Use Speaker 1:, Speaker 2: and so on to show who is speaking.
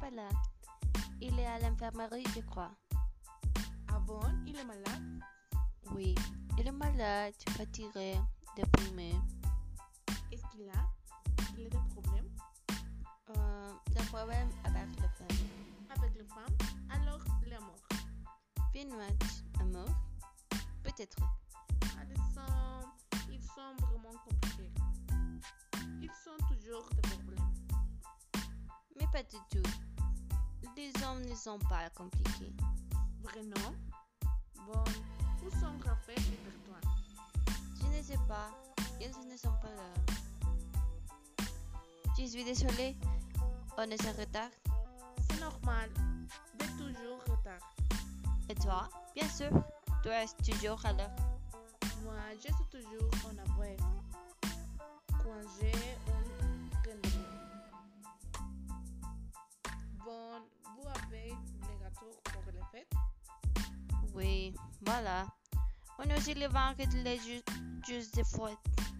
Speaker 1: pas là. Il est à l'infirmerie, je crois.
Speaker 2: Ah bon, il est malade
Speaker 1: Oui, il est malade, fatigué, déprimé.
Speaker 2: Est-ce qu'il a Il a des problèmes
Speaker 1: Euh, des problèmes avec la femme.
Speaker 2: avec les femmes Alors, l'amour.
Speaker 1: Finouette, amour Peut-être.
Speaker 2: Ah, ils sont, ils sont vraiment compliqués. Ils sont toujours des problèmes.
Speaker 1: Mais pas du tout. Les hommes ne sont pas compliqués.
Speaker 2: Vraiment Bon, où sont Raphaël et Bertrand
Speaker 1: Je ne sais pas. Ils ne sont pas là. Je suis désolée. On est en retard.
Speaker 2: C'est normal, mais toujours en retard.
Speaker 1: Et toi Bien sûr. Toi, es toujours à l'heure.
Speaker 2: Moi, je suis toujours en avoué. Quand j'ai un rendez-vous. Bon, vous avez les gâteaux pour les fêtes
Speaker 1: Oui, voilà. On a aussi le vin que les jus, jus de fruits.